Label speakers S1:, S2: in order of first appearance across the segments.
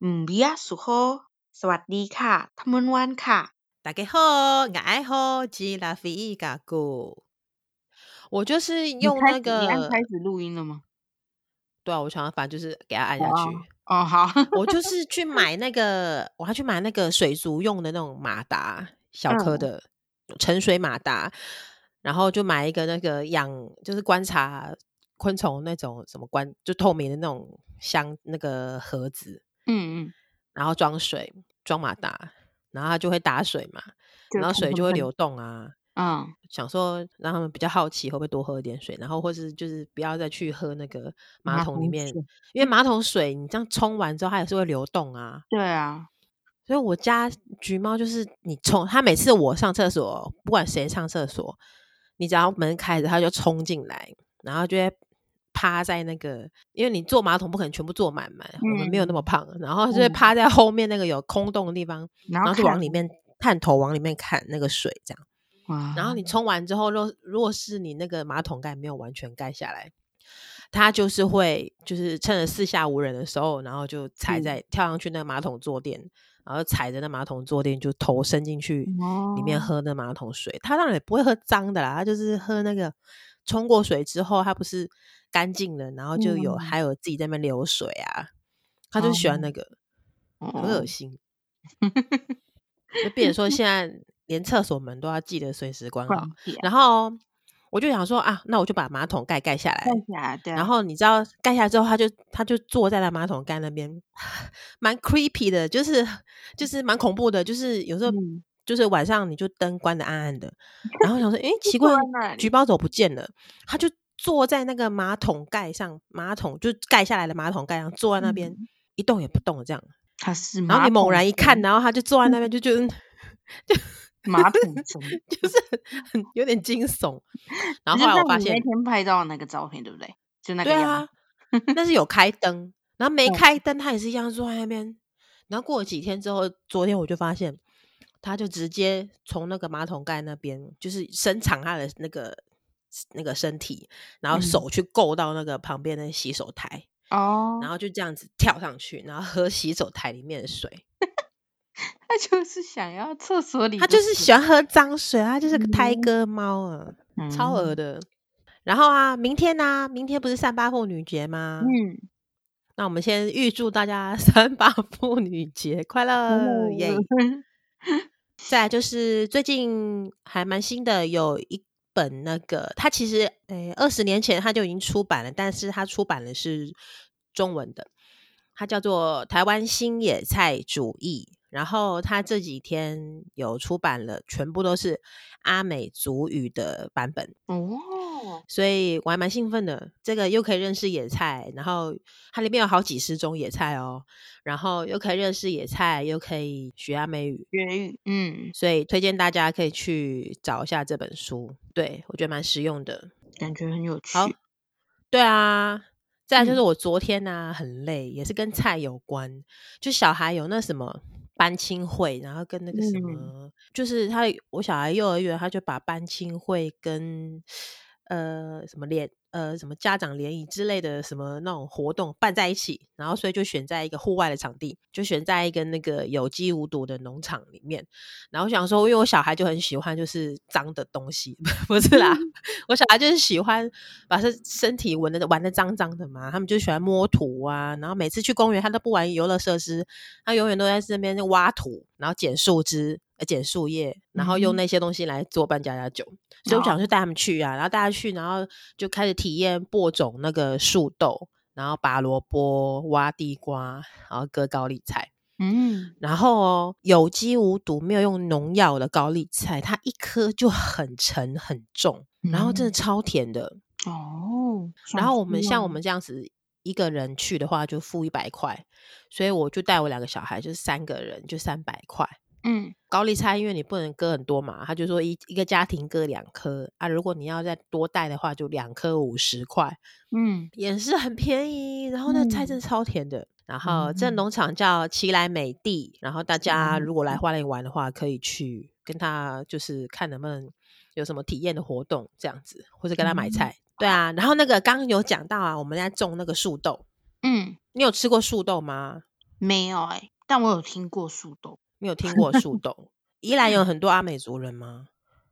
S1: 嗯，比亚苏吼，สวัสดีค่ะทำมนวันค่ะ
S2: 大家好，我爱好吉拉菲伊嘎古。我就是
S1: 你
S2: 用
S1: 开
S2: 那
S1: 始，你按开
S2: 个，
S1: 始录音了吗？
S2: 对啊，我想要反正就是给它按
S1: 哦
S2: 下去。
S1: 哦，好，
S2: 我就是去买那个，我还去买那个水族用的那种马达，小颗
S1: 嗯
S2: 的沉水马达，然后就买一个那个养，就是观察昆虫那种什么观，就透明的那种箱那个盒子，
S1: 嗯嗯，
S2: 然后装水，装马达，然后它就会打水嘛，
S1: 就
S2: 然后
S1: 喷
S2: 水
S1: 喷
S2: 就会
S1: 喷，
S2: 流动啊。
S1: 嗯
S2: 想说让他们比较好奇，会不会多喝一点水，然后或是就是不要再去喝那个马
S1: 马
S2: 桶里
S1: 桶
S2: 面，
S1: 水，
S2: 因为马桶水你这样冲完之后，它也是会流动啊。
S1: 对啊，
S2: 所以我家橘猫就是你冲它，每次我上厕所，不管谁上厕所，你只要门开着，它就冲进来，然后就会趴在那个，因为你坐马桶不可能全部坐满嘛，我们没有那么
S1: 嗯
S2: 胖，然后它就会
S1: 嗯，
S2: 趴在后面那个有空洞的地方，
S1: 然后
S2: 然后就
S1: 看
S2: 往里面探头往里面看那个水这样。然后
S1: 哇，
S2: 你冲完之后，若如果是你那个马桶盖没有完全盖下来，它就是会就是趁着四下无人的时候，然后就踩
S1: 是
S2: 在跳上去那个马桶坐垫，然后踩着那马桶坐垫就头伸进去里面
S1: 哦，
S2: 喝那马桶水。它当然也不会喝脏的啦，它就是喝那个冲过水之后，它不是干净了，然后就有
S1: 嗯
S2: 还有自己在那边流水啊，它就
S1: 哦
S2: 喜欢那个，很恶
S1: 哦，
S2: 心。就变 成说现在连厕所门都要记得随时关好。
S1: 关掉，
S2: 然后我就想说啊，那我就把马桶盖盖下
S1: 看
S2: 来。
S1: 起来对
S2: 然
S1: 啊，
S2: 后你知道盖下来之后，他就他就坐在那马桶盖那边， 蛮 creepy 的，就是就是蛮恐怖的，就是有时候
S1: 嗯，
S2: 就是晚上你就灯关的暗 暗的，然后想说，诶，
S1: 就
S2: 奇
S1: 坐
S2: 怪，
S1: 在那
S2: 橘
S1: 里，
S2: 包走不见了，他就坐在那个马桶盖上，马桶就盖下来的马桶盖上坐在那边
S1: 嗯，
S2: 一动也不动的这样。
S1: 它是
S2: 然后你
S1: 马
S2: 猛
S1: 桶
S2: 然一看，
S1: 神，
S2: 然后他就坐在那 边，就觉得 就
S1: 马 桶神，
S2: 就是很有点惊 悚。然
S1: 就
S2: 后后来
S1: 像
S2: 我发
S1: 你那
S2: 现，
S1: 天拍到的那个照片，对不对？就那
S2: 对
S1: 个样
S2: 啊，
S1: 子，
S2: 那是有开灯，然后没
S1: 嗯，
S2: 开灯，他也是一样坐在那边。然后过了几天之后，昨天我就发现，他就直接从那个马桶盖那边，就是伸长他的那个那个身体，然后
S1: 嗯，
S2: 手去够到那个旁边的洗手台，啊然
S1: 哦，
S2: 后就这样子跳上去，然后喝洗手台里面的水。
S1: 他就是想要厕所里
S2: 他
S1: 的
S2: 就
S1: 水。
S2: 是喜欢喝脏水，他就是个胎
S1: 嗯
S2: 哥猫啊，超恶
S1: 嗯
S2: 的。然后啊，明天呢、明天不是三八妇女节吗？
S1: 嗯，
S2: 那我们先预祝大家 三八妇女节快
S1: 真的，
S2: 乐耶再来就是最近还蛮新的，有一本那个，它其实诶二十年前它就已经出版了，但是它出版的是中文的，它叫做《台湾新野菜主义》。然后它这几天有出版了，全部都是阿美族语的版本，
S1: 哦，
S2: 所以我还蛮兴奋的。这个又可以认识野菜，然后它里面有好几十种野菜哦，然后又可以认识野菜，又可以学阿美语，
S1: 绝育，嗯，
S2: 所以推荐大家可以去找一下这本书，对我觉得蛮实用的。
S1: 感觉很有
S2: 好，
S1: 趣，
S2: 对啊，再来就是
S1: 嗯
S2: 我昨天呢、很累，也是跟菜有关，就小孩有那什么班亲会，然后跟那个什
S1: 嗯，
S2: 么，就是他我小孩幼儿园他就把班亲会跟呃什么联呃什么家长联谊之类的什么那种活动办在一起，然后所以就选在一个户外的场地，就选在一个那个有机无毒的农场里面。然后我想说，因为我小孩就很喜欢就是脏的东西， 不是啦，我小孩就是喜欢把身身体闻的玩的脏脏的嘛，他们就喜欢摸土啊，然后每次去公园他都不玩游乐设施，他永远都在这边挖土，然后捡树枝、呃捡树叶，然后用
S1: 嗯，
S2: 那些东西来做扮家家酒。所以我想
S1: 好，
S2: 就带他们去啊，然后带他去，然后就开始体验播种那个树豆，然后拔萝卜、挖地瓜，然后割高丽菜。
S1: 嗯，
S2: 然后哦，有机无毒，没有用农药的高丽菜，它一颗就很沉很重，然后真的
S1: 嗯，
S2: 超甜的。
S1: 哦，想
S2: 然后
S1: 吃
S2: 我们像我
S1: 哦，
S2: 们这样子一个人去的话，就付一百块，所以我就带我两个小孩，就是三个人就三百块。
S1: 嗯，
S2: 高丽菜因为你不能割很多嘛，他就说一一个家庭割两颗啊，如果你要再多带的话，就两颗五十块，
S1: 嗯，
S2: 也是很便宜。然后那菜真
S1: 嗯，
S2: 的超甜的。然后这
S1: 嗯，
S2: 农场叫奇来美地，然后大
S1: 起来
S2: 家
S1: 美
S2: 如果来
S1: 食，
S2: 花莲玩的话，可以去跟他就是看能不能有什么体验的活动这样子，或者跟他买
S1: 嗯，
S2: 菜。对啊，然后那个刚刚有讲到啊，我们在种那个树豆，
S1: 嗯，
S2: 你有吃过树豆吗？
S1: 没有哎、但我有听过树洞，
S2: 你有听过 树洞？宜
S1: 嗯
S2: 兰有很多阿美族人吗？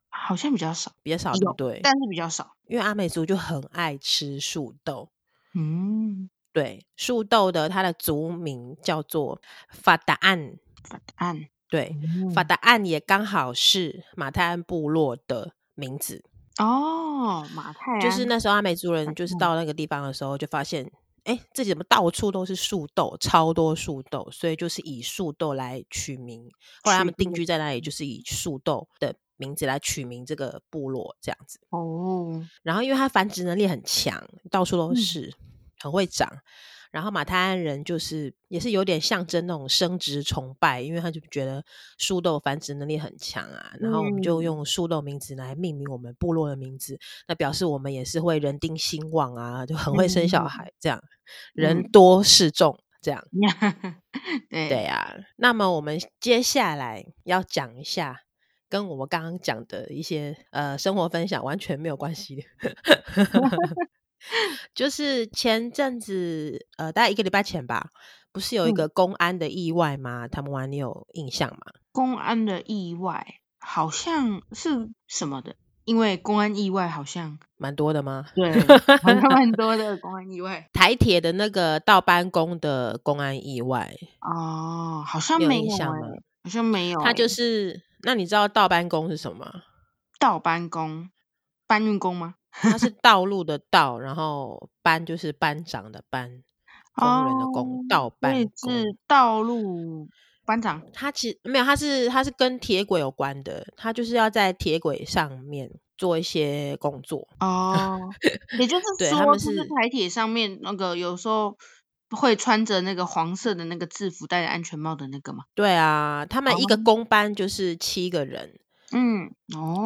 S1: 好像比较少，
S2: 比较少，
S1: 有
S2: 对不对？
S1: 但是比较少。
S2: 因为阿美族就很爱吃树豆，
S1: 嗯，
S2: 对，树豆的它的族名叫做法达岸，
S1: 法案，
S2: 对，
S1: 嗯
S2: 法达岸也刚好是马太安部落的名字，
S1: 哦，马太安
S2: 就是那时候阿美族人就是
S1: 嗯
S2: 到那个地方的时候，就发现，哎、自己怎么到处都是树豆，超多树豆，所以就是以树豆来取名。后来他
S1: 取
S2: 们定
S1: 名
S2: 居在那里，就是以树豆的名字来取名这个部落这样子。
S1: 哦，
S2: 然后因为它繁殖能力很强，到处都
S1: 嗯
S2: 是，很会长。然后马太安人就是也是有点象征那种生殖崇拜，因为他就觉得树豆繁殖能力很强啊，然后我们就
S1: 嗯
S2: 用树豆名字来命名我们部落的名字，那表示我们也是会人丁兴旺啊，就很会生小
S1: 嗯
S2: 孩，这样人
S1: 嗯
S2: 多势众，这样。
S1: 对
S2: 对啊，那么我们接下来要讲一下，跟我们刚刚讲的一些呃生活分享完全没有关系的， 就是前阵子呃大概一个礼拜前吧，不是有一
S1: 嗯
S2: 个公安的意外吗？他们玩你有印象吗？
S1: 公安的意外好像是什么的，因为公安意外好 像
S2: 蛮多的吗？
S1: 对好像蛮多的公安意外
S2: 台铁的那个倒班工的公安意外，
S1: 哦，好像
S2: 你有
S1: 没
S2: 印
S1: 有
S2: 象
S1: 欸
S2: 吗
S1: 好像没有欸，
S2: 他就是那你知道倒班工是什么吗？
S1: 倒班工、搬运工吗？
S2: 他是道路的道，然后班就是班长的班，工人的工，
S1: 哦
S2: 道
S1: 所以
S2: 班工。
S1: 是道路班长
S2: 他其实没有，他是他是跟铁轨有关的，他就是要在铁轨上面做一些工作。
S1: 哦，也就是
S2: 对
S1: 说，
S2: 他们
S1: 就是
S2: 是
S1: 台铁上面那个有时候会穿着那个黄色的那个制服，戴着安全帽的那个嘛。
S2: 对啊，他们一个
S1: 哦
S2: 工班就是七个人，
S1: 嗯，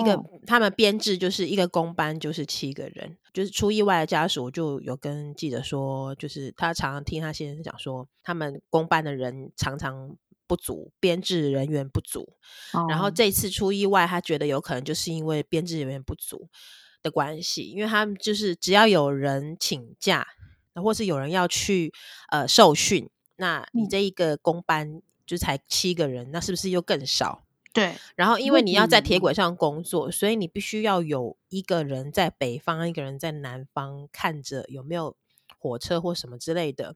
S2: 一个
S1: 哦，
S2: 他们编制就是一个工班就是七个人，就是出意外的家属就有跟记者说，就是他常常听他先生讲说，他们工班的人常常不足，编制人员不足，然后
S1: 哦
S2: 这一次出意外，他觉得有可能就是因为编制人员不足的关系，因为他们就是只要有人请假，或是有人要去呃受训，那你
S1: 嗯
S2: 这一个工班就才七个人，那是不是又更少？
S1: 对，嗯
S2: 然后因
S1: 为
S2: 为你要
S1: 什
S2: 在
S1: 么
S2: 铁
S1: 呢
S2: 轨上工作，所以你必须要有一个人在北方，一个人在南方看着有没有火车或什么之类的，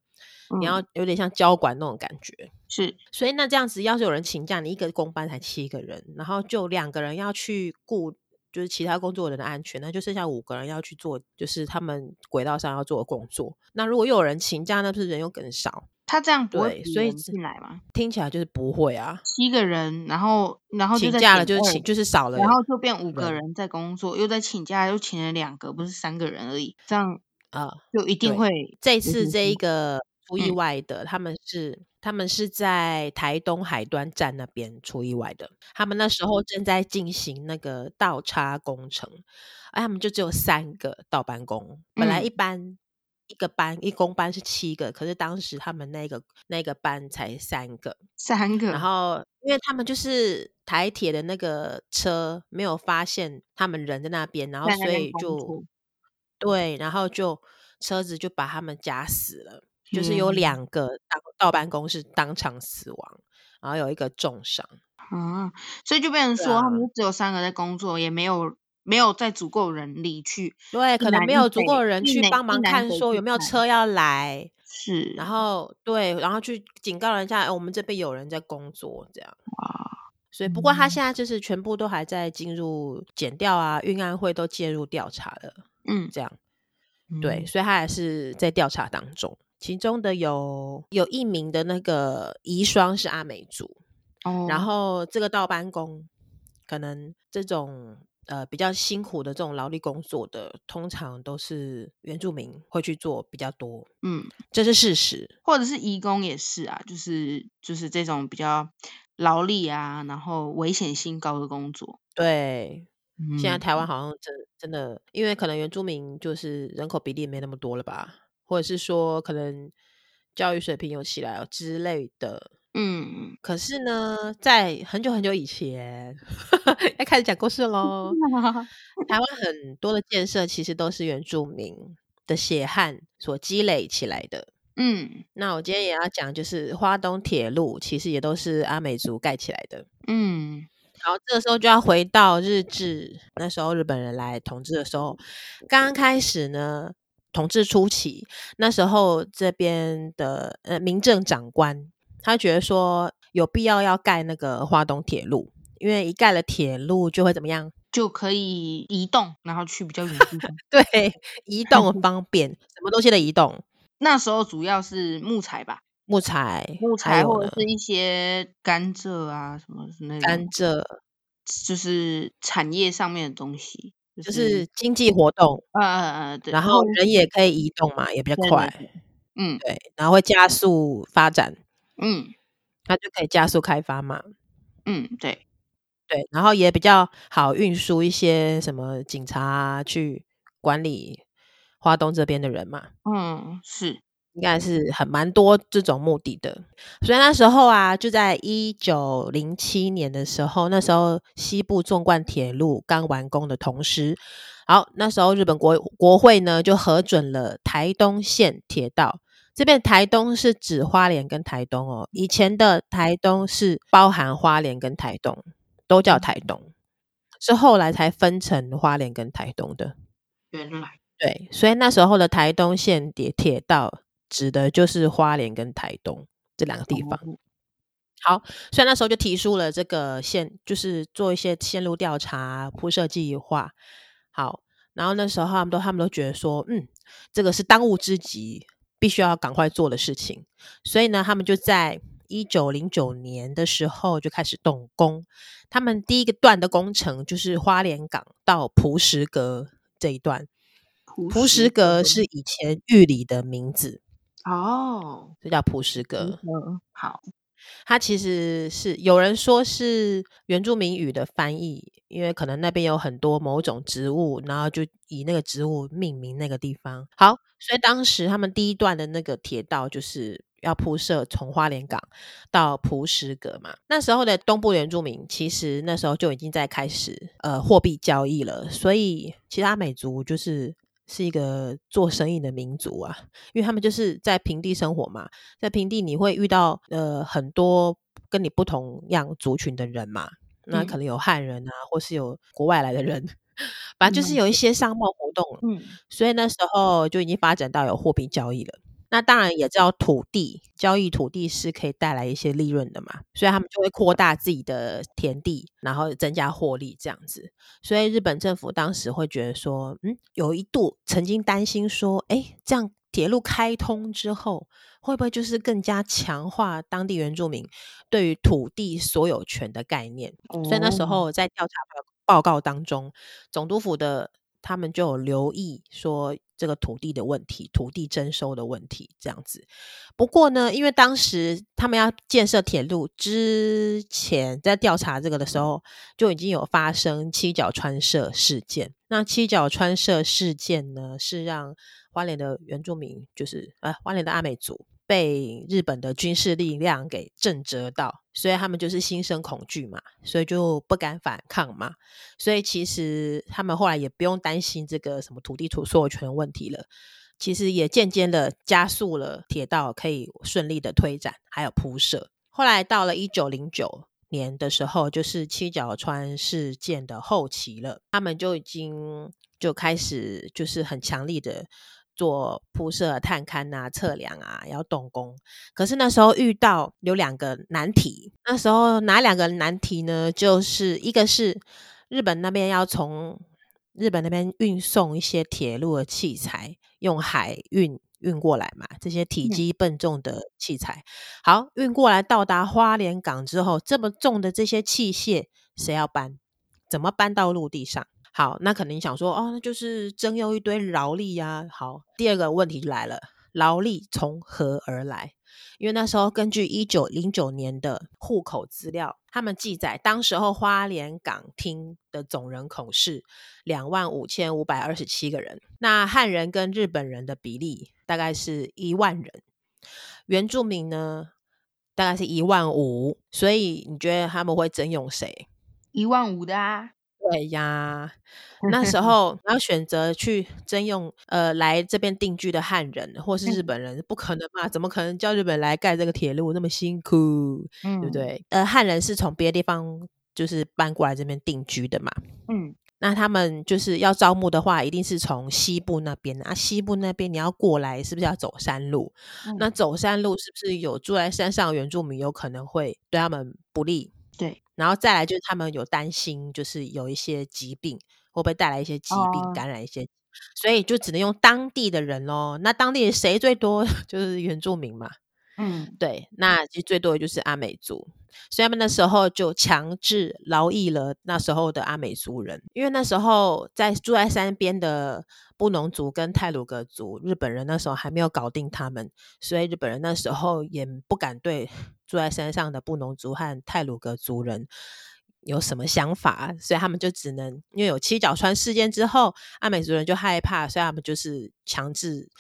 S2: 你要
S1: 嗯，
S2: 有点像交管那种感觉。
S1: 是，
S2: 所以那这样子，要是有人请假，你一个工班才七个人，然后就两个人要去顾就是其他工作人的安全，那就剩下五个人要去做就是他们轨道上要做的工作。那如果又有人请假，那不是人又更少？
S1: 他这样不会
S2: 对，
S1: 补
S2: 所以
S1: 人
S2: 这
S1: 进来吗？
S2: 听起来就是不会啊，
S1: 七个人，然后然后就
S2: 请
S1: 再
S2: 假
S1: 减
S2: 了就是
S1: 二
S2: 请就是少了
S1: 然后就变五个
S2: 人
S1: 人在工作，又在请假，又请了两个，不是三个人而已，这样
S2: 啊、
S1: 就一定
S2: 对
S1: 会
S2: 这一
S1: 有
S2: 次
S1: 点
S2: 这
S1: 辛
S2: 一
S1: 苦
S2: 个出意
S1: 嗯
S2: 外的，他们是他们是在台东海端站那边出意外的。他们那时候正在进行那个倒插工程，而他们就只有三个倒班工。本来一班一个班一工班是七个，可是当时他们那个那个班才三个。
S1: 三个，
S2: 然后因为他们就是台铁的那个车没有发现他们人在那边，然后
S1: 在那
S2: 所
S1: 边
S2: 以
S1: 工
S2: 就
S1: 作，
S2: 对，然后就车子就把他们夹死了，就是有
S1: 天
S2: 两个当到办公室当场死亡，然后有一个重伤。
S1: 啊，所以就变成
S2: 对
S1: 说他
S2: 啊，
S1: 们就只有三个在工作，也没有没有再足够人力去
S2: 对，
S1: 一
S2: 可能
S1: 南
S2: 没
S1: 一
S2: 有足
S1: 北
S2: 够的人
S1: 一
S2: 去
S1: 南
S2: 帮
S1: 一
S2: 忙
S1: 南
S2: 看
S1: 北
S2: 说有
S1: 去
S2: 没有
S1: 看，
S2: 车要来，
S1: 是
S2: 然后对，然后去警告人家，哎、我们这边有人在工作这样。
S1: 啊，
S2: 所以，不过他
S1: 嗯
S2: 现在就是全部都还在进入检调啊，运安会都介入调查了，
S1: 嗯
S2: 这样。对，
S1: 嗯
S2: 所以他还是在调查当中。其中的有有一名的那个遗孀是阿美族，然
S1: 哦，
S2: 后这个倒班工，可能这种呃比较辛苦的这种劳力工作的，通常都是原住民会去做比较多，
S1: 嗯，
S2: 这是事实。
S1: 或者是移工也是啊，就是就是这种比较劳力啊，然后危险性高的工作，
S2: 对，现在
S1: 嗯
S2: 台湾好像真真的，因为可能原住民就是人口比例没那么多了吧，或者是说可能教育水平有起来哦之类的，
S1: 嗯，
S2: 可是呢，在很久很久以前， 要开始讲故事 喽。台湾很多的建设其实都是原住民的血汗所积累起来的。
S1: 嗯
S2: 那我今天也要讲，就是花东铁路其实也都是阿美族盖起来的。
S1: 嗯
S2: 然后这个时候就要回到日治，那时候日本人来统治的时候，刚刚开始呢，统治初期，那时候这边的呃民政长官，他觉得说有必要要盖那个花东铁路，因为一盖了铁路就会怎么样？
S1: 就可以移动，然后去比较远的地方。
S2: 对，移动方便，什么东西的移动？
S1: 那时候主要是木材吧，
S2: 木材，
S1: 木
S2: 还
S1: 材
S2: 有
S1: 或
S2: 呢
S1: 者是一些甘蔗啊什么那
S2: 甘
S1: 种，
S2: 蔗，
S1: 就是产业上面的东西，就
S2: 就是经济活动，
S1: 呃呃呃，对，
S2: 然后人也可以移动嘛，也比较
S1: 对对
S2: 快。
S1: 对嗯
S2: 对，然后会加速发展，
S1: 嗯
S2: 它就可以加速开发嘛。
S1: 嗯，对，
S2: 对，然后也比较好运输一些什么警察啊去管理花东这边的人嘛，
S1: 嗯是，
S2: 应该是很蛮多这种目的的。所以那时候啊，就在一九零七年的时候，那时候西部纵贯铁路刚完工的同时，好，那时候日本国国会呢就核准了台东线铁道。这边台东是指花莲跟台东哦，以前的台东是包含花莲跟台东，都叫台东，是后来才分成花莲跟台东的。
S1: 原来，
S2: 对，所以那时候的台东县铁铁道指的就是花莲跟台东这两个地
S1: 哦
S2: 方。好，所以那时候就提出了这个线，就是做一些线路调查、铺设计划。好，然后那时候他们都他们都觉得说，嗯，这个是当务之急，必须要赶快做的事情。所以呢，他们就在一九零九年的时候就开始动工。他们第一个段的工程就是花莲港到蒲石阁这一段。
S1: 蒲
S2: 蒲石阁
S1: 阁
S2: 是以前玉里的名字，
S1: 哦，
S2: 就叫蒲石阁。
S1: 嗯好，
S2: 它其实是有人说是原住民语的翻译，因为可能那边有很多某种植物，然后就以那个植物命名那个地方。好，所以当时他们第一段的那个铁道就是要铺设从花莲港到蒲石阁嘛。那时候的东部原住民其实那时候就已经在开始呃货币交易了，所以其他美族就是。是一个做生意的民族啊，因为他们就是在平地生活嘛，在平地你会遇到呃很多跟你不同样族群的人嘛，那
S1: 嗯
S2: 可能有汉人啊，或是有国外来的人， 反正就是
S1: 嗯
S2: 有一些商贸活动，
S1: 嗯
S2: 所以那时候就已经发展到有货币交易了。那当然也知道土地交易，土地是可以带来一些利润的嘛，所以他们就会扩大自己的田地，然后增加获利这样子。所以日本政府当时会觉得说，嗯，有一度曾经担心说，哎，这样铁路开通之后，会不会就是更加强化当地原住民对于土地所有权的概念？所以那时
S1: 哦
S2: 候在调查报报告当中，总督府的他们就有留意说这个土地的问题、土地征收的问题这样子。不过呢，因为当时他们要建设铁路之前，在调查这个的时候，就已经有发生七角穿社事件。那七角穿社事件呢，是让花莲的原住民，就是呃花莲的阿美族。被日本的军事力量给震慑到，所以他们就是心生恐惧嘛，所以就不敢反抗嘛。所以其实他们后来也不用担心这个什么土地土所有权的问题了，其实也间接的加速了铁道可以顺利的推展，还有铺设。后来到了一九零九年的时候，就是七角川事件的后期了，他们就已经就开始就是很强力的。做铺设、探勘啊、测量啊，要动工。可是那时候遇到有两个难题，那时候哪两个难题呢？就是一个是日本那边要从日本那边运送一些铁路的器材，用海运运过来嘛，这些体
S1: 嗯
S2: 积笨重的器材，好运过来到达花莲港之后，这么重的这些器械谁要搬？怎么搬到陆地上？好，那可能你想说，哦，那就是征用一堆劳力呀、好，第二个问题就来了，劳力从何而来？因为那时候根据一九零九年的户口资料，他们记载，当时候花莲港厅的总人口是两万五千五百二十七个人，那汉人跟日本人的比例大概是一万人，原住民呢大概是一万五，所以你觉得他们会征用谁？
S1: 一万五的啊，
S2: 对呀，那时候要选择去征用呃来这边定居的汉人或是日
S1: 嗯
S2: 本人，不可能嘛？怎么可能叫日本人来盖这个铁路那么辛苦，对
S1: 嗯，
S2: 不？对？呃，汉人是从别的地方就是搬过来这边定居的嘛。
S1: 嗯
S2: 那他们就是要招募的话，一定是从西部那边啊。西部那边你要过来，是不是要走山路？那
S1: 嗯，
S2: 走山路是不是有住在山上的原住民有可能会对他们不利？
S1: 对，
S2: 然后再来就是他们有担心，就是有一些疾病会不会带来一些疾病，
S1: 哦，
S2: 感染一些，所以就只能用当地的人咯。那当地谁最多？ 就是原住民嘛。
S1: 嗯
S2: 对，那其实最多的就是阿美族，所以他们那时候就强制劳役了那时候的阿美族人，因为那时候在住在山边的布农族跟泰鲁格族，日本人那时候还没有搞定他们，所以日本人那时候也不敢对住在山上的布农族和泰鲁格族人。有什么想法？所以他们就只能因为有七角川事件之后，阿美族人就害怕，所以他们就是强制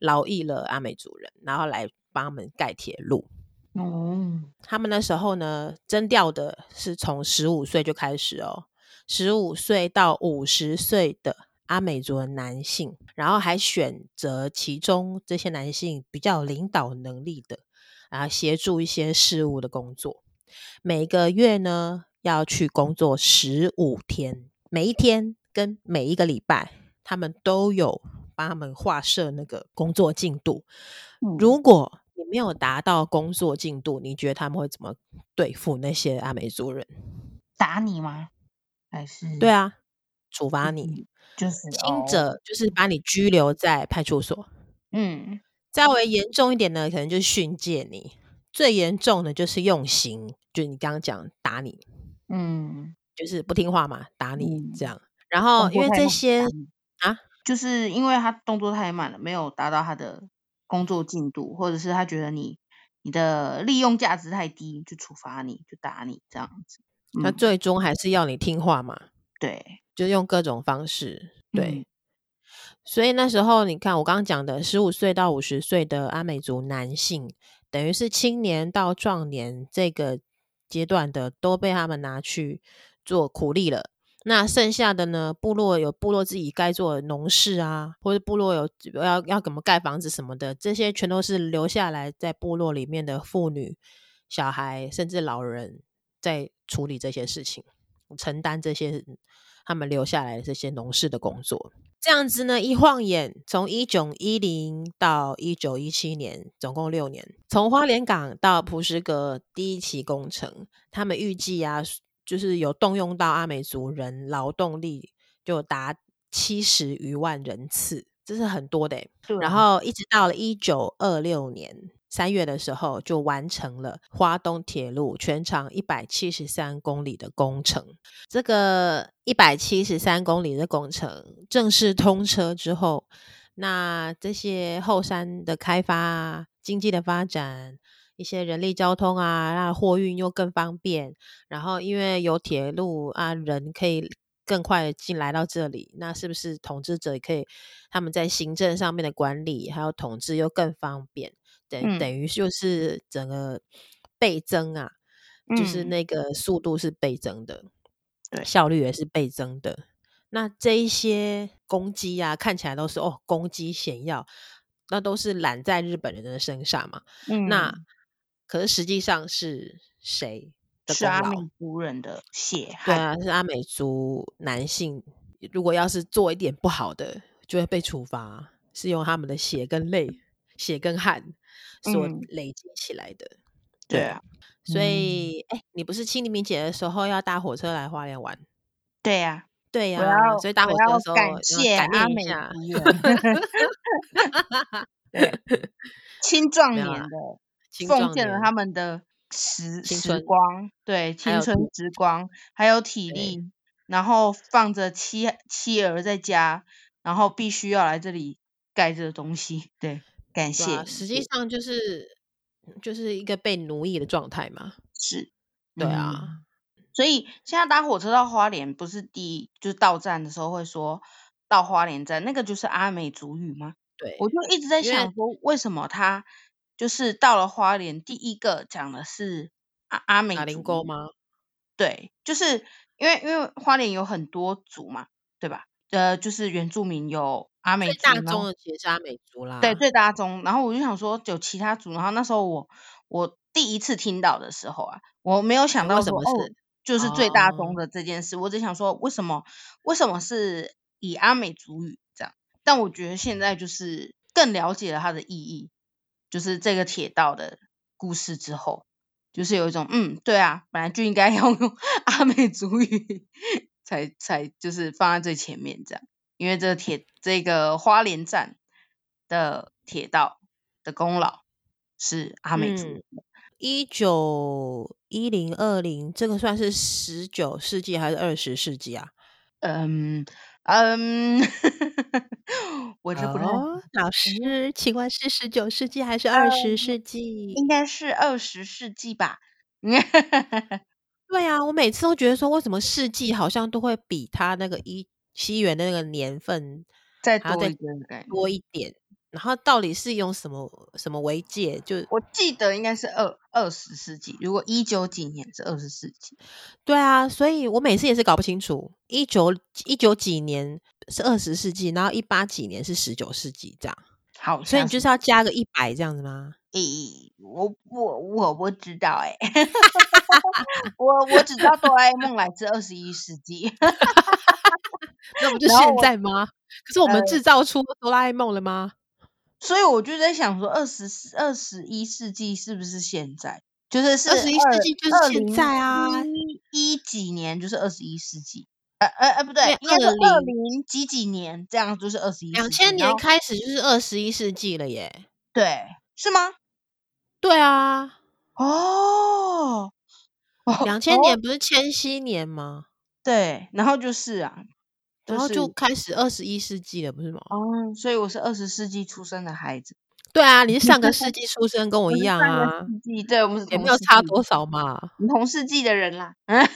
S2: 劳役了阿美族人，然后来帮他们盖铁路。
S1: 哦，
S2: 他们那时候呢，征调的是从十五岁就开始哦，十五岁到五十岁的阿美族的男性，然后还选择其中这些男性比较有领导能力的，然后协助一些事务的工作。每个月呢，要去工作十五天，每一天跟每一个礼拜，他们都有帮他们画设那个工作进度。
S1: 嗯
S2: 如果你没有达到工作进度，你觉得他们会怎么对付那些阿美族人？
S1: 打你吗？还是
S2: 对啊，处罚你，
S1: 嗯就是
S2: 轻
S1: 哦，
S2: 者就是把你拘留在派出所，
S1: 嗯
S2: 再为严重一点呢，可能就是训诫你，最严重的就是用刑，就你刚刚讲打你，
S1: 嗯
S2: 就是不听话嘛，打你
S1: 嗯，
S2: 这样。然
S1: 动
S2: 后哦因
S1: 作
S2: 为
S1: 太
S2: 这
S1: 慢
S2: 些
S1: 打你，
S2: 啊，
S1: 就是因为他动作太慢了，没有达到他的工作进度，或者是他觉得你你的利用价值太低，就处罚你，就打你这样子。
S2: 那
S1: 嗯，
S2: 最终还是要你听话嘛，
S1: 对，
S2: 就用各种方式
S1: 嗯
S2: 对。所以那时候你看，我刚刚讲的十五岁到五十岁的阿美族男性，等于是青年到壮年这个阶段的，都被他们拿去做苦力了。那剩下的呢？部落有部落自己该做的农事啊，或者部落有要要怎么盖房子什么的，这些全都是留下来在部落里面的妇女、小孩甚至老人在处理这些事情，承担这些他们留下来的这些农事的工作。这样子呢，一晃眼，从一九一零到一九一七年，总共六年，从花莲港到蒲石阁第一期工程，他们预计啊，就是有动用到阿美族人劳动力，就达七十余万人次，这是很多的欸、
S1: 对
S2: 然
S1: 啊，
S2: 后一直到了一九二六年三月的时候，就完成了花东铁路全长一百七十三公里的工程。这个一百七十三公里的工程正式通车之后，那这些后山的开发啊、经济的发展、一些人力交通啊，那货运又更方便。然后因为有铁路啊，人可以更快的进来到这里，那是不是统治者也可以他们在行政上面的管理还有统治又更方便？等
S1: 嗯
S2: 等于就是整个倍增啊，就是
S1: 嗯，
S2: 那个速度是倍增的，
S1: 对，
S2: 效率也是倍增的。那这一些攻击啊，看起来都是哦攻击险要，那都是揽在日本人的身上嘛。那
S1: 嗯，
S2: 可是实际上是谁的
S1: 是
S2: 功
S1: 阿
S2: 劳？
S1: 美族人的血
S2: 对
S1: 汗。
S2: 啊，是阿美族男性，如果要是做一点不好的，就会被处罚，是用他们的血跟泪、血跟汗所
S1: 嗯，
S2: 累积起来的。
S1: 对
S2: 对，
S1: 啊，
S2: 所
S1: 嗯，
S2: 以哎、你不是清明节的时候要搭火车来花莲玩？
S1: 对啊呀、
S2: 对
S1: 我
S2: 呀、
S1: 要
S2: 所以搭
S1: 我
S2: 火车的
S1: 要
S2: 时候
S1: 感
S2: 要
S1: 谢
S2: 感
S1: 阿
S2: 念一
S1: 美
S2: 下。
S1: 族 人，对，青
S2: 没
S1: 壮
S2: 有啦，
S1: 年的
S2: 青
S1: 奉
S2: 壮
S1: 献了
S2: 年、
S1: 他们的时
S2: 青
S1: 时
S2: 春，
S1: 光，对，
S2: 还
S1: 青
S2: 有
S1: 春
S2: 土
S1: 时光，还有体
S2: 对
S1: 力，然后放着妻妻儿在家，然后必须要来这里盖这个东西，对，感
S2: 对
S1: 谢
S2: 啊，
S1: 感
S2: 实际
S1: 谢，
S2: 上就是就是一个被奴役的状态嘛。
S1: 是，
S2: 对啊，
S1: 嗯。所以现在搭火车到花莲，不是第一就是到站的时候会说到花莲站，那个就是阿美族语吗？我
S2: 对，
S1: 就一直在
S2: 因为
S1: 想说，为什么他就是到了花莲，第一个讲的是阿阿美
S2: 打
S1: 族
S2: 零沟
S1: 语？
S2: 吗？
S1: 对，就是因为因为花莲有很多族嘛，对吧？呃，就是原住民有阿美
S2: 最
S1: 族，
S2: 大
S1: 然后
S2: 宗的其实是阿美族啦，
S1: 对，最大宗。然后我就想说有其他族，然后那时候我我第一次听到的时候啊，我没有想
S2: 哎为
S1: 到
S2: 什
S1: 说
S2: 么
S1: 哦
S2: 是，
S1: 就是最大宗
S2: 哦
S1: 的这件事，我只想说为什么为什么是以阿美族语这样？但我觉得现在就是更了解了它的意义，就是这个铁道的故事之后，就是有一种嗯，对啊，本来就应该要用 阿美族语才才就是放在最前面这样。因为这铁这个花莲站的铁道的功劳是阿美族
S2: 嗯，一九一零二零，这个算是十九世纪还是二十世纪啊？
S1: 嗯嗯， 我这不太
S2: 哦，老师，请问是十九世纪还是二十
S1: 嗯，
S2: 世纪？
S1: 应该是二十世纪吧。
S2: 对啊，我每次都觉得说，为什么世纪好像都会比它那个一西元的那个年份
S1: 再
S2: 还要
S1: 多
S2: 再
S1: 一个的概念，
S2: 多一点？然后到底是用什么什么为界？就
S1: 我记得应该是二二十世纪。如果一九几年是二十世纪，
S2: 对啊，所以我每次也是搞不清楚，一九一九几年是二十世纪，然后一八几年是十九世纪这样，
S1: 好
S2: 所以
S1: 像。
S2: 你就是是要加个一百这样子吗？
S1: 咦，我我我不知道哎、 我我只知道哆啦 A 梦来自二十一世纪。
S2: 那不就
S1: 然后
S2: 现
S1: 我
S2: 在吗？可是我们
S1: 呃，
S2: 制造出哆啦 A 梦了吗？
S1: 所以我就在想说，二十二十一世纪是不是现在？就是是
S2: 二十一世
S1: 二
S2: 纪就是
S1: 二
S2: 现
S1: 零
S2: 在啊，
S1: 一一几年，就是二十一世纪。呃呃呃，不
S2: 因为
S1: 对，应该
S2: 二
S1: 说二
S2: 零
S1: 零几几年，这样就是二十一
S2: 两
S1: 世
S2: 千
S1: 纪。然
S2: 年
S1: 后
S2: 开始就是二十一世纪了耶。
S1: 对，是吗？
S2: 对啊，
S1: 哦哦
S2: 两千
S1: 哦，
S2: 年不是千禧年吗？
S1: 对，然后就是啊，
S2: 然
S1: 就
S2: 后就是开始二十一世纪了，不是吗？
S1: 哦，所以我是二十世纪出生的孩子，
S2: 对啊，你是上个世纪出生，跟我
S1: 我
S2: 一
S1: 是
S2: 样
S1: 上个
S2: 啊，
S1: 世纪，对我们是
S2: 也没
S1: 同
S2: 有
S1: 世
S2: 差
S1: 纪。
S2: 多少嘛。
S1: 不同世纪的人啦，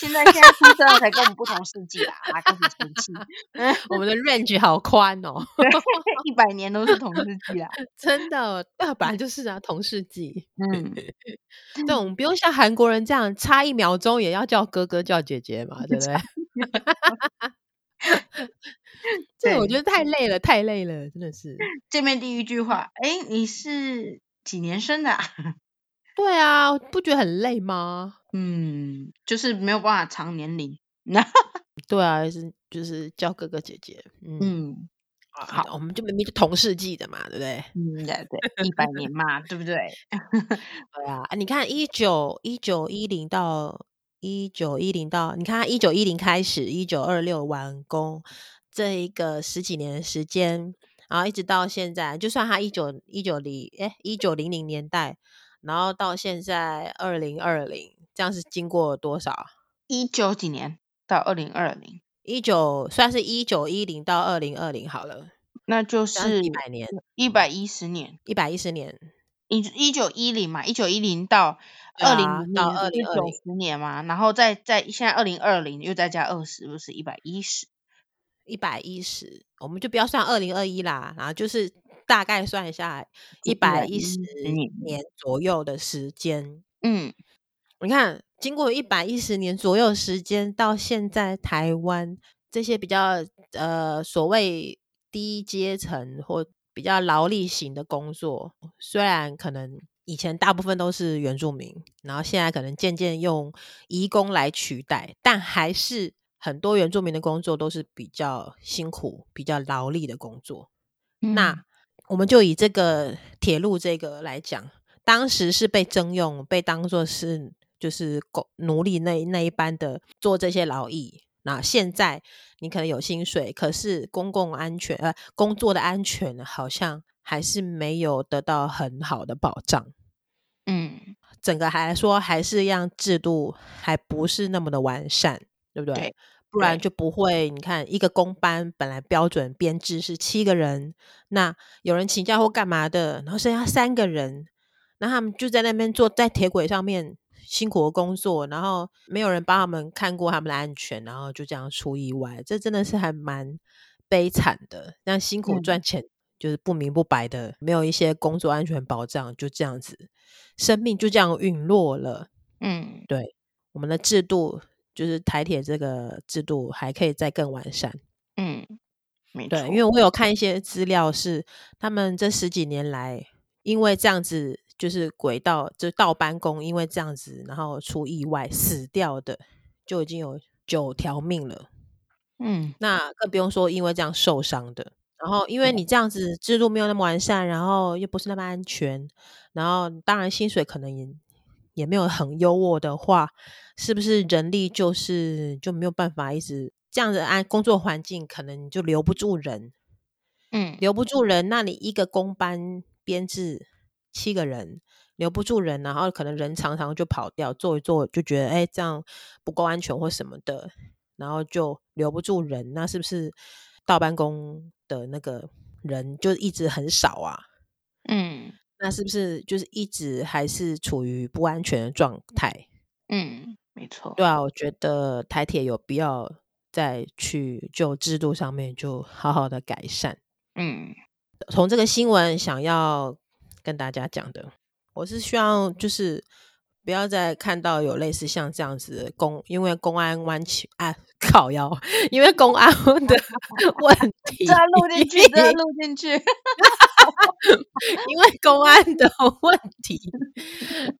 S1: 现在现在出生了才跟我们不同世纪啦，啊，跟你生气，
S2: 我们的 range 好宽哦，
S1: 一百年都是同世纪啦，
S2: 真的，那本来就是啊，同世纪。
S1: 嗯，
S2: 对，我们不用像韩国人这样，差一秒钟也要叫哥哥叫姐姐嘛，对不 对？这个我觉
S1: 对，嗯
S2: 得太累了，太累了，真的是。
S1: 见面第一句话，哎，你是几年生的啊？
S2: 对啊，不觉得很累吗？
S1: 嗯，就是没有办法藏年龄，那
S2: 对啊，是就是叫哥哥姐姐，嗯
S1: 嗯，
S2: 啊，
S1: 好，
S2: 我们就明明就同世纪的嘛，对不对？
S1: 嗯，对对，一百年嘛，对不对？
S2: 对啊，啊你看一九一九一零到一九一零到，你看一九一零开始，一九二六完工，这一个十几年的时间，然后一直到现在，就算他一九一九零哎一九零零年代，然后到现在二零二零，这样是经过多少啊？
S1: 一九几年到二零二零，
S2: 一九算是一九一零到二零二零好了，
S1: 那就
S2: 这样
S1: 是
S2: 一百年，
S1: 一百一十年。
S2: 一百一十年，
S1: 一一九一零嘛，一九一零到
S2: 对
S1: 二零
S2: 啊，
S1: 零
S2: 到
S1: 零，
S2: 二
S1: 不
S2: 零
S1: 是
S2: 二
S1: 九
S2: 零
S1: 十年嘛？然后再再现在二零二零又再加二十，不是一百一十？
S2: 一百一十，我们就不要算二零二一啦，然后就是大概算一下
S1: 是
S2: 一
S1: 一百
S2: 百一十
S1: 一十年。
S2: 年左右的时间。
S1: 嗯，
S2: 你看，经过一百一十年左右的时间，到现在台湾这些比较呃所谓低阶层或比较劳力型的工作，虽然可能以前大部分都是原住民，然后现在可能渐渐用移工来取代，但还是很多原住民的工作都是比较辛苦、比较劳力的工作。那
S1: 嗯，
S2: 我们就以这个铁路这个来讲，当时是被征用，被当做是就是狗奴隶那那一般的做这些劳役。那现在你可能有薪水，可是公共安全呃工作的安全好像还是没有得到很好的保障。
S1: 嗯，
S2: 整个还来说还是一样制度还不是那么的完善，对不对？
S1: 对
S2: 不然
S1: 对，
S2: 就不会，你看一个工班本来标准编制是七个人，那有人请假或干嘛的，然后剩下三个人，那他们就在那边坐在铁轨上面辛苦的工作，然后没有人帮他们看过他们的安全，然后就这样出意外，这真的是还蛮悲惨的。那辛苦
S1: 嗯
S2: 赚钱就是不明不白的，没有一些工作安全保障，就这样子生命就这样陨落了。
S1: 嗯
S2: 对，我们的制度就是台铁这个制度还可以再更完善。
S1: 嗯，没错
S2: 对，，因为我有看一些资料，是他们这十几年来，因为这样子就是轨道就倒班工，因为这样子然后出意外死掉的，就已经有九条命了。
S1: 嗯
S2: 那更不用说因为这样受伤的。然后，因为
S1: 嗯
S2: 你这样子制度没有那么完善，然后又不是那么安全，然后当然薪水可能也也没有很优渥的话，是不是人力就是就没有办法一直这样子按工作环境，可能就留不住人，
S1: 嗯
S2: 留不住人，那你一个工班编制七个人，留不住人，然后可能人常常就跑掉，做一做就觉得哎这样不够安全或什么的，然后就留不住人，那是不是倒班工的那个人就一直很少啊？
S1: 嗯
S2: 那是不是就是一直还是处于不安全的状态？
S1: 嗯，没错。
S2: 对啊，我觉得台铁有必要再去就制度上面就好好的改善。
S1: 嗯
S2: 从这个新闻想要跟大家讲的，我是希望就是不要再看到有类似像这样子的公，因为公安湾起啊靠腰，因为公安的问题，
S1: 这要录进去，这要录进 去。
S2: 因为公安的问题，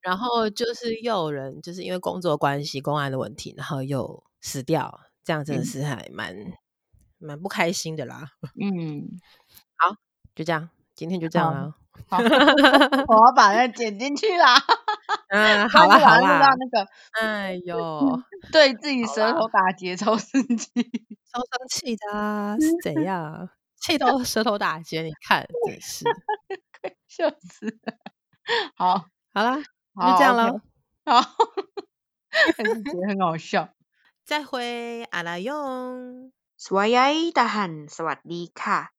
S2: 然后就是又有人就是因为工作关系公安的问题，然后又死掉，这样真的
S1: 嗯
S2: 是还蛮、蛮不开心的啦。
S1: 嗯，
S2: 就这样，今天就这样
S1: 好
S2: 啦。
S1: 好，我要把那剪进去啦。
S2: 嗯，好啦
S1: 不
S2: 好
S1: 然就
S2: 啦
S1: 让，那个
S2: 哎 呦。
S1: 对自己
S2: 好
S1: 舌
S2: 啦
S1: 头打结超生气。
S2: 超生气的、啊， 是怎样？气到舌头打结，你看真是。
S1: 笑死了。 好，
S2: 好啦，那
S1: 好
S2: 就这样
S1: OK
S2: 喽。
S1: 好，还是觉得 很好 笑。
S2: 再会，阿拉用。
S3: สวัสดีทหารสวัสดีค่ะ